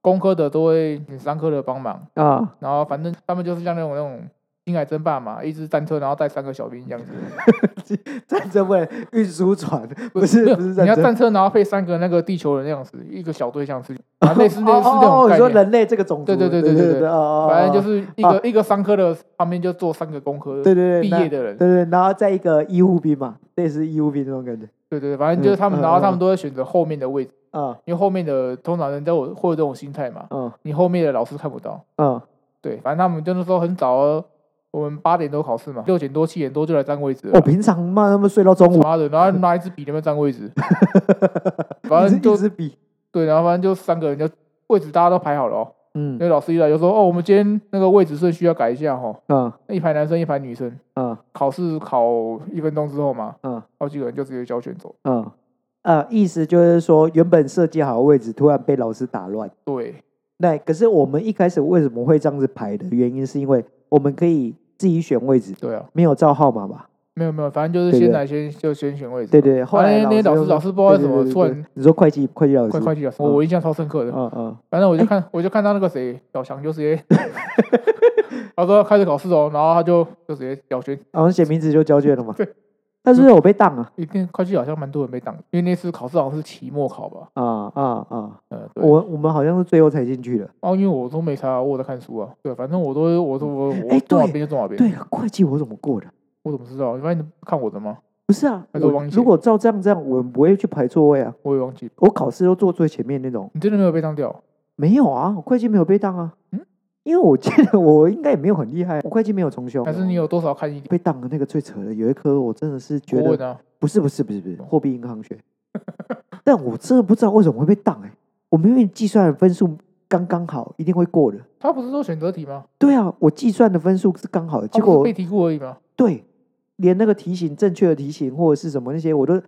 Speaker 1: 工科的都会请商科的帮忙，
Speaker 2: 啊！
Speaker 1: 然后反正他们就是像那种那种星海争霸嘛，一支战车，然后带三个小兵这样子。
Speaker 2: 战争为了运输船， 不是
Speaker 1: 没有
Speaker 2: 不是
Speaker 1: 你
Speaker 2: 战
Speaker 1: 要
Speaker 2: 争。
Speaker 1: 战车，然后配三个那个地球人那 样子，一个小队这样子，啊，类似
Speaker 2: 哦
Speaker 1: 类似那
Speaker 2: 哦
Speaker 1: 种
Speaker 2: 哦，你
Speaker 1: 概
Speaker 2: 说
Speaker 1: 念。
Speaker 2: 人类这个种族？
Speaker 1: 对对对
Speaker 2: 对
Speaker 1: 对对
Speaker 2: 对，
Speaker 1: 对
Speaker 2: 哦哦，哦
Speaker 1: 反正就是一
Speaker 2: 啊
Speaker 1: 个一个商科的旁边就坐三个工科
Speaker 2: 对对对
Speaker 1: 毕
Speaker 2: 那
Speaker 1: 业的人，
Speaker 2: 对对，然后再一个医务兵嘛，类似医务兵那种感觉
Speaker 1: 对对对，反正就是他们，
Speaker 2: 嗯
Speaker 1: 然后他
Speaker 2: 嗯
Speaker 1: 们都会选择后面的位置，
Speaker 2: 啊，
Speaker 1: 因为后面的通常人都有会有这种心态嘛，
Speaker 2: 嗯
Speaker 1: 你后面的老师看不到。
Speaker 2: 嗯
Speaker 1: 对，反正他们就那时候很早哦，我们八点多考试嘛，六点多七点多就来占位置了
Speaker 2: 我。平常嘛，他们睡到中午，
Speaker 1: 妈的，然后拿一支笔那边占位置， 反正
Speaker 2: 一支一
Speaker 1: 就
Speaker 2: 支笔，
Speaker 1: 对，然后反正就三个人就位置大家都排好了哦。
Speaker 2: 嗯
Speaker 1: 那老师一来就说：“哦，我们今天那个位置顺序要改一下哦，
Speaker 2: 嗯
Speaker 1: 一排男生，一排女生。
Speaker 2: 嗯
Speaker 1: 考试考一分钟之后嘛，
Speaker 2: 嗯
Speaker 1: 好几个人就直接交卷走。
Speaker 2: 嗯，呃，意思就是说，原本设计好的位置突然被老师打乱。
Speaker 1: 对，
Speaker 2: 那可是我们一开始为什么会这样子排的原因，是因为我们可以自己选位置，
Speaker 1: 对啊，
Speaker 2: 没有照号码吧？
Speaker 1: 没有没有，反正就是
Speaker 2: 对对
Speaker 1: 先来先就先选位置。
Speaker 2: 对对，后
Speaker 1: 反
Speaker 2: 来
Speaker 1: 正哎那些老师老
Speaker 2: 师
Speaker 1: 师不知道为什
Speaker 2: 对
Speaker 1: 么
Speaker 2: 对对
Speaker 1: 突
Speaker 2: 对
Speaker 1: 然
Speaker 2: 你说会计会计老师
Speaker 1: 快，快去啊了，我
Speaker 2: 嗯
Speaker 1: 我印象超深刻的。
Speaker 2: 嗯嗯
Speaker 1: 反正我就看我就看到那个谁小强就直 接，他说开始考试哦，然后他就就直接表决
Speaker 2: 好像写名字就交卷了嘛。
Speaker 1: 对，嗯
Speaker 2: 但是不是我被当啊
Speaker 1: 一定会计好像蛮多人被挡，因为那次考试好像是期末考吧，
Speaker 2: 啊啊啊！
Speaker 1: 呃，对，
Speaker 2: 我我们好像是最后才进去的。
Speaker 1: 哦，因为我都没查，我有在看书啊，对，反正我都我都我
Speaker 2: 哎
Speaker 1: 我坐哪
Speaker 2: 对
Speaker 1: 边就坐哪边，
Speaker 2: 对，啊会计我怎么过的？
Speaker 1: 我怎么知道？你发现你看我的吗？
Speaker 2: 不是啊，
Speaker 1: 还是我
Speaker 2: 我
Speaker 1: 忘记
Speaker 2: 如果照这样这样，我们不会去排座位啊。
Speaker 1: 我也忘记了，
Speaker 2: 我考试都坐最前面那种，
Speaker 1: 你真的没有被当掉？
Speaker 2: 没有啊，我会计没有被当啊。
Speaker 1: 嗯
Speaker 2: 因为我记得我应该也没有很厉害，我会计没有重修。
Speaker 1: 还是你有多少看一点？
Speaker 2: 被当的那个最扯的？有一科我真的是觉
Speaker 1: 国文
Speaker 2: 得
Speaker 1: 啊，
Speaker 2: 不是不是不是不是货币银行学， 但我真的不知道为什么会被当哎、我明明计算的分数刚刚好，一定会过的。
Speaker 1: 他不是说选择题吗？
Speaker 2: 对啊，我计算的分数是刚好的，
Speaker 1: 它
Speaker 2: 结
Speaker 1: 不是
Speaker 2: 果我
Speaker 1: 被题库而已吗？
Speaker 2: 对，连那个题型正确的题型或者是什么那些，我都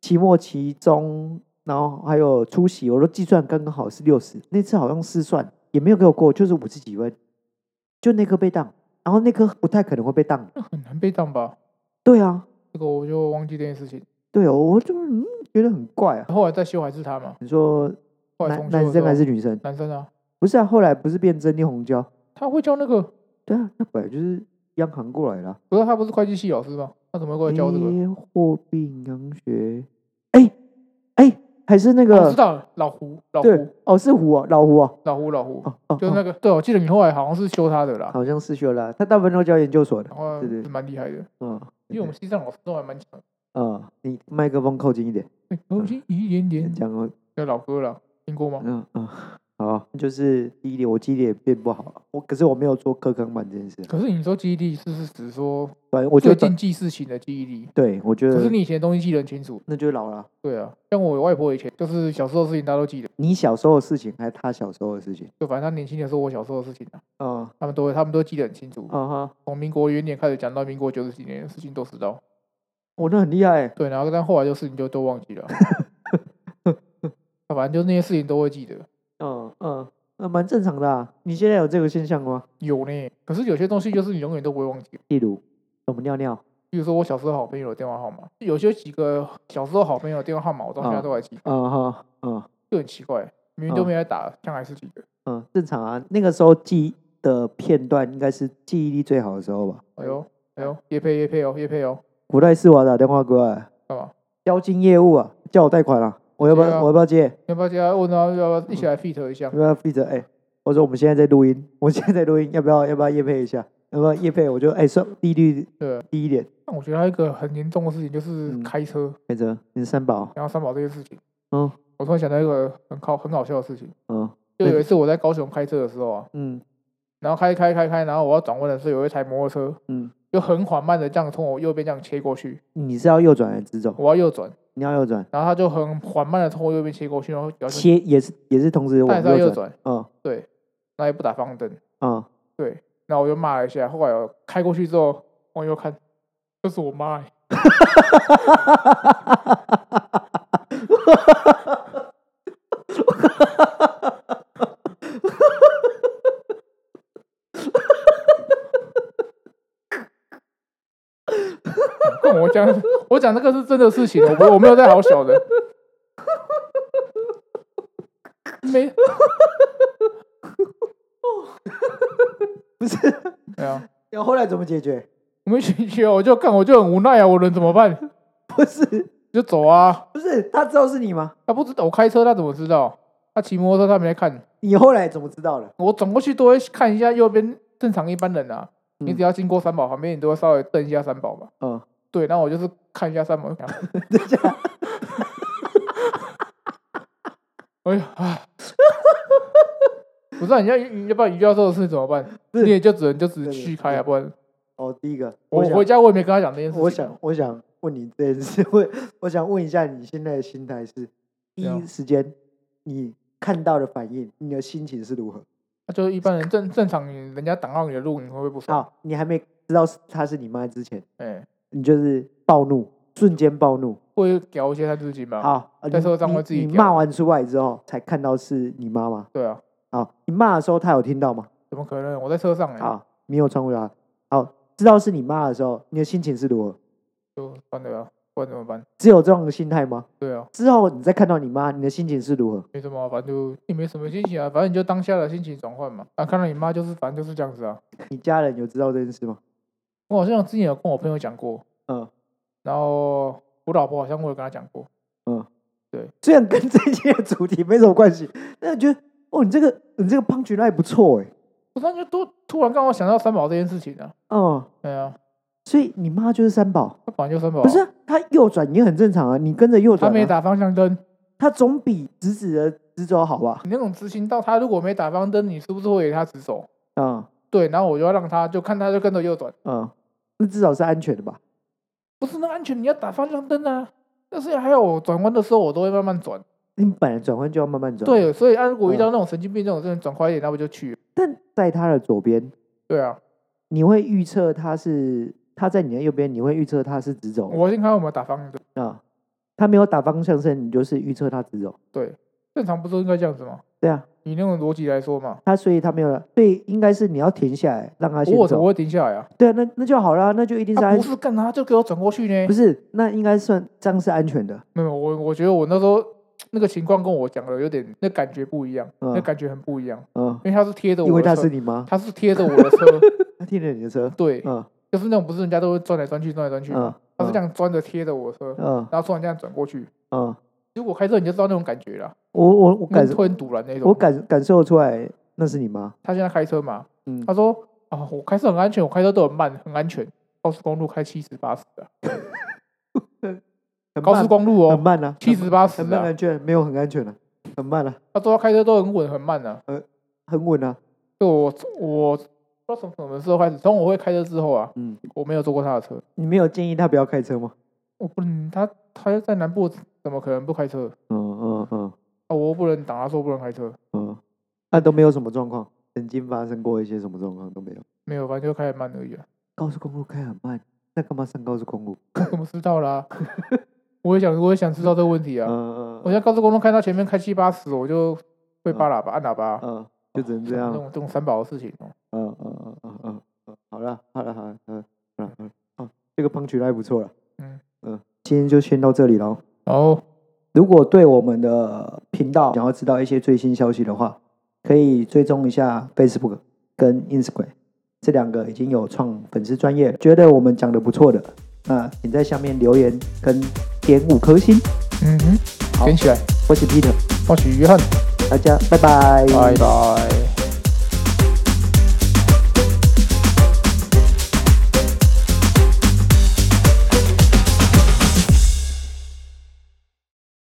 Speaker 2: 期末、期中，然后还有出席，我都计算刚刚好是六十。那次好像试算也没有给我过，就是五十几分，就那科被当，然后那科不太可能会被当。
Speaker 1: 那很难被当吧？
Speaker 2: 对啊，
Speaker 1: 这个我就忘记这件事情。
Speaker 2: 对哦，我就嗯觉得很怪啊。
Speaker 1: 后来再修还是他嘛？
Speaker 2: 你说
Speaker 1: 后来
Speaker 2: 男
Speaker 1: 重修的时
Speaker 2: 男生
Speaker 1: 候
Speaker 2: 还是女生？
Speaker 1: 男生啊？
Speaker 2: 不是啊，后来不是变真力红椒？
Speaker 1: 他会教那个？
Speaker 2: 对啊，那本来就是央行过来的啊、
Speaker 1: 不是他不是会计系老师吗？他怎么会过来教这个？哦
Speaker 2: 诶货币银行学，哎、哎、还是那
Speaker 1: 我、
Speaker 2: 个
Speaker 1: 知道了，老胡，老
Speaker 2: 对
Speaker 1: 胡，，
Speaker 2: 哦，是胡哦，老胡哦，
Speaker 1: 老胡，老胡，
Speaker 2: 哦哦，
Speaker 1: 就是
Speaker 2: 哦
Speaker 1: 那个。对，我记得你后来好像是修他的啦，
Speaker 2: 好像是学了，他大部分都教研究所的
Speaker 1: 然，后
Speaker 2: 对对
Speaker 1: 是蛮厉害的，
Speaker 2: 嗯，
Speaker 1: 因为我们西藏老师都还蛮强的。
Speaker 2: 嗯，你麦克风靠近一点，
Speaker 1: 哎，我心一点点，
Speaker 2: 讲哦，
Speaker 1: 叫老歌了，听过吗？
Speaker 2: 嗯嗯，好，就是第一点，我记忆力也变不好了，我可是我没有做课纲版这件事，啊
Speaker 1: 可是你说记忆力是是指说
Speaker 2: 反正我觉
Speaker 1: 最
Speaker 2: 得，
Speaker 1: 近记事情的记忆力，
Speaker 2: 对我觉
Speaker 1: 可是
Speaker 2: 得
Speaker 1: 你以前的东西记得很清楚。
Speaker 2: 那就老了。
Speaker 1: 对啊，像我外婆以前就是小时候的事情她都记得，
Speaker 2: 你小时候的事情还是他小时候的事情？
Speaker 1: 就反正她年轻的时候我小时候的事情啊，
Speaker 2: 嗯
Speaker 1: 他们都会他们都记得很清楚，
Speaker 2: 嗯哈，
Speaker 1: 从民国元年开始讲到民国九十几年的事情都知道。
Speaker 2: 我那很厉害欸，
Speaker 1: 对，然后但后来就事情就啊都忘记了，反正就那些事情都会记得。
Speaker 2: 嗯嗯，那蛮正常的、啊。你现在有这个现象吗？
Speaker 1: 有呢。可是有些东西就是你永远都不会忘记，
Speaker 2: 例如怎么尿尿？
Speaker 1: 比如说我小时候好朋友的电话号码，有些几个小时候好朋友的电话号码，我到现在都还记得，
Speaker 2: 嗯哈，嗯
Speaker 1: 就很奇怪，明明都没来打，但还是记得。
Speaker 2: 嗯，正常啊。那个时候记忆的片段应该是记忆力最好的时候吧？
Speaker 1: 哎呦哎呦，叶配叶配哦叶配哦，
Speaker 2: 古代世华打电话过来，
Speaker 1: 干嘛？
Speaker 2: 交金业务啊，叫我贷款啊，我要不要？
Speaker 1: 对哦啊
Speaker 2: 我要不要接？
Speaker 1: 要不要加问啊？要不要一起
Speaker 2: 嗯
Speaker 1: 来 fit 一下
Speaker 2: 要？不要负责？哎、我说我们现在在录音，我现在在录音，要不要？要不要夜配一下？要不要夜配？我就哎、算利率
Speaker 1: 对。
Speaker 2: 低一点。
Speaker 1: 但我觉得还有一个很严重的事情就是
Speaker 2: 嗯
Speaker 1: 开车，
Speaker 2: 海哲，你是三宝，
Speaker 1: 然后三宝这件事情。
Speaker 2: 嗯，
Speaker 1: 我突然想到一个很搞很搞笑的事情，
Speaker 2: 嗯
Speaker 1: 就
Speaker 2: 对
Speaker 1: 有一次我在高雄开车的时候啊，
Speaker 2: 嗯
Speaker 1: 然后开开开开，然后我要转弯的时候，有一台摩托车
Speaker 2: 嗯，
Speaker 1: 就很缓慢的这样从我右边这样切过去，
Speaker 2: 你是要右转还是直走？
Speaker 1: 我要右转，
Speaker 2: 你要右转，
Speaker 1: 然后他就很缓慢的从我右边切过去，然后脚就
Speaker 2: 切也是也是同时
Speaker 1: 但
Speaker 2: 往
Speaker 1: 是要右
Speaker 2: 右转。
Speaker 1: 转，
Speaker 2: 嗯
Speaker 1: 那也不打方向灯，
Speaker 2: 嗯，
Speaker 1: 然后我就骂了一下，后来我开过去之后往右看，这是我妈、欸，跟我讲，我讲这个是真的事情，哦我不我没有在好小的，没，
Speaker 2: 不是。
Speaker 1: 没有，
Speaker 2: 然后后来怎么解决？
Speaker 1: 啊我们一起去，我就干，我就很无奈啊，我能怎么办？
Speaker 2: 不是
Speaker 1: 就走啊，
Speaker 2: 不是，他知道是你吗？
Speaker 1: 他不知道我开车，他怎么知道？他骑摩托车，他没在看。
Speaker 2: 你后来怎么知道的？
Speaker 1: 我转过去都会看一下右边正常一般人啊，你
Speaker 2: 嗯
Speaker 1: 只要经过三宝旁边，你都会稍微瞪一下三宝嘛。
Speaker 2: 嗯，
Speaker 1: 对，然后我就是看一下三宝，
Speaker 2: 等一下，
Speaker 1: 哎呀，唉不是、啊、你要要不然于教授的事怎么办？
Speaker 2: 不是
Speaker 1: 你也就只能就只
Speaker 2: 对
Speaker 1: 续开啊，
Speaker 2: 对
Speaker 1: 不然
Speaker 2: 哦，第一个，
Speaker 1: 我
Speaker 2: 想
Speaker 1: 回家我也没跟他讲这件事情。
Speaker 2: 我想，我想问你这件事，我我想问一下你现在的心态是，
Speaker 1: 怎
Speaker 2: 第一
Speaker 1: 样
Speaker 2: 时间你看到的反应，你的心情是如何？
Speaker 1: 那啊就是一般人正正常，人家挡到你的路，你会不会不爽？
Speaker 2: 好，你还没知道是她是你妈之前，
Speaker 1: 哎、
Speaker 2: 你就是暴怒，瞬间暴怒。
Speaker 1: 会搞一些他自己嘛。
Speaker 2: 好，呃
Speaker 1: 啊在
Speaker 2: 你
Speaker 1: 车上会
Speaker 2: 你
Speaker 1: 自己
Speaker 2: 你
Speaker 1: 掉
Speaker 2: 骂完出来之后，才看到是你妈妈。
Speaker 1: 对啊，
Speaker 2: 好，你骂的时候她有听到吗？
Speaker 1: 怎么可能？我在车上哎、
Speaker 2: 好，没有穿过她。好，知道是你妈的时候，你的心情是如何？
Speaker 1: 就算了啊，不然怎么办？
Speaker 2: 只有这种心态吗？
Speaker 1: 对啊，
Speaker 2: 之后你再看到你妈，你的心情是如何？
Speaker 1: 没什么啊，反正就也没什么心情啊，反正你就当下的心情转换嘛。啊，看到你妈就是，反正就是这样子啊。
Speaker 2: 你家人有知道这件事吗？
Speaker 1: 我好像之前有跟我朋友讲过，
Speaker 2: 嗯。
Speaker 1: 然后我老婆好像我有跟她讲过，
Speaker 2: 虽然跟这一期的主题没什么关系，但我觉得哦，你这个你这个 punch line 不错哎，
Speaker 1: 我突然就突突然刚好想到三宝这件事情啊。
Speaker 2: 哦、
Speaker 1: 对啊，
Speaker 2: 所以你妈就是三宝，
Speaker 1: 她本来就三宝啊、
Speaker 2: 不是啊她右转也很正常啊，你跟着右
Speaker 1: 她
Speaker 2: 转、
Speaker 1: 没
Speaker 2: 啊，
Speaker 1: 打方向灯，
Speaker 2: 她总比直直的直走好吧？
Speaker 1: 你那种执行到她如果没打方向灯，你是不是会给她直走？
Speaker 2: 嗯
Speaker 1: 对，然后我就要让她就看她就跟着右转，
Speaker 2: 嗯，那至少是安全的吧？
Speaker 1: 不是那安全，你要打方向灯啊。但是还有我转弯的时候，我都会慢慢转。
Speaker 2: 你本来转弯就要慢慢转，，
Speaker 1: 对，所以啊，如果遇
Speaker 2: 嗯
Speaker 1: 到那种神经病这种，真的转快一点，那不就去了？
Speaker 2: 但在她的左边，
Speaker 1: 对啊，
Speaker 2: 你会预测她是她在你的右边，你会预测她是直走
Speaker 1: 我先看有没有打方向灯。
Speaker 2: 啊，她、没有打方向灯，你就是预测她直走，
Speaker 1: 对，正常不都应该这样子吗？
Speaker 2: 对啊，
Speaker 1: 以那种逻辑来说嘛，
Speaker 2: 她所以她没有，所以应该是你要停下来让她
Speaker 1: 我
Speaker 2: 先
Speaker 1: 我
Speaker 2: 走
Speaker 1: 我。会停下来啊。
Speaker 2: 对啊，那那就好啦，那就一定是
Speaker 1: 他
Speaker 2: 安
Speaker 1: 不是干他就给我转过去呢
Speaker 2: 不？是，那应该算这样是安全的。
Speaker 1: 没有，我我觉得我那时候那个情况跟我讲的有点，那感觉不一样，
Speaker 2: 嗯
Speaker 1: 那感觉很不一样，
Speaker 2: 嗯，
Speaker 1: 因为他是贴着
Speaker 2: 因
Speaker 1: 我
Speaker 2: 为她
Speaker 1: 的车
Speaker 2: 是，你妈，
Speaker 1: 他是贴着我 的车，
Speaker 2: 她踢了你的车。
Speaker 1: 对，
Speaker 2: 嗯
Speaker 1: 就是那种不是人家都会转来转去，转来转去嘛
Speaker 2: 嗯，，
Speaker 1: 他是这样钻着贴着我的车，
Speaker 2: 嗯
Speaker 1: 然后突然这样转过去。
Speaker 2: 嗯，
Speaker 1: 如果开车你就知道那种感觉了，
Speaker 2: 我我我
Speaker 1: 那
Speaker 2: 感
Speaker 1: 种突然堵然那
Speaker 2: 我
Speaker 1: 种。
Speaker 2: 感感受出来那是你妈。
Speaker 1: 他现在开车嘛，
Speaker 2: 嗯
Speaker 1: 他说啊，我开车很安全，我开车都很慢，很安全，高速公路开七十八十的，
Speaker 2: 很
Speaker 1: 高
Speaker 2: 慢
Speaker 1: 速公路哦，
Speaker 2: 很慢啊，
Speaker 1: 七
Speaker 2: 很
Speaker 1: 十八十
Speaker 2: 很慢
Speaker 1: 啊，
Speaker 2: 安全，没有很安全的，很慢啊，
Speaker 1: 他说他开车都很稳很慢啊。
Speaker 2: 很稳啊。
Speaker 1: 就我我不知道从什么时候开始，从我会开车之后啊，
Speaker 2: 嗯，
Speaker 1: 我没有坐过他的车。
Speaker 2: 你没有建议她不要开车吗？
Speaker 1: 我不能，他他在南部怎么可能不开车？
Speaker 2: 嗯嗯嗯
Speaker 1: 啊，我又不能挡他说不能开车，
Speaker 2: 嗯，那都没有什么状况，曾经发生过一些什么状况都没有。
Speaker 1: 没有，反正就开得慢而已啊。
Speaker 2: 高速公路开很慢，那干嘛上高速公路？
Speaker 1: 我怎么知道 啦、我也想，我也想知道这个问题啊。
Speaker 2: 嗯
Speaker 1: 我
Speaker 2: 嗯
Speaker 1: 在高速公路看到前面开七八十，我就会扒喇叭按喇叭啊，
Speaker 2: 嗯就只能这
Speaker 1: 这
Speaker 2: 样。
Speaker 1: 种这种三宝的事情哦，
Speaker 2: 嗯嗯嗯嗯嗯嗯，好了好了好了，嗯嗯嗯，哦，这个 punch 还不错了。
Speaker 1: 嗯
Speaker 2: 嗯，今天就先到这里喽。
Speaker 1: 然后
Speaker 2: 如果对我们的频道想要知道一些最新消息的话，可以追踪一下 Facebook 跟 Instagram 这两个已经有创粉丝专业了，觉得我们讲的不错的，那请在下面留言跟点五颗星。
Speaker 1: 嗯哼，
Speaker 2: 好
Speaker 1: 捡起来，
Speaker 2: 我是 Peter，
Speaker 1: 我是约翰，
Speaker 2: 大家拜
Speaker 1: 拜拜。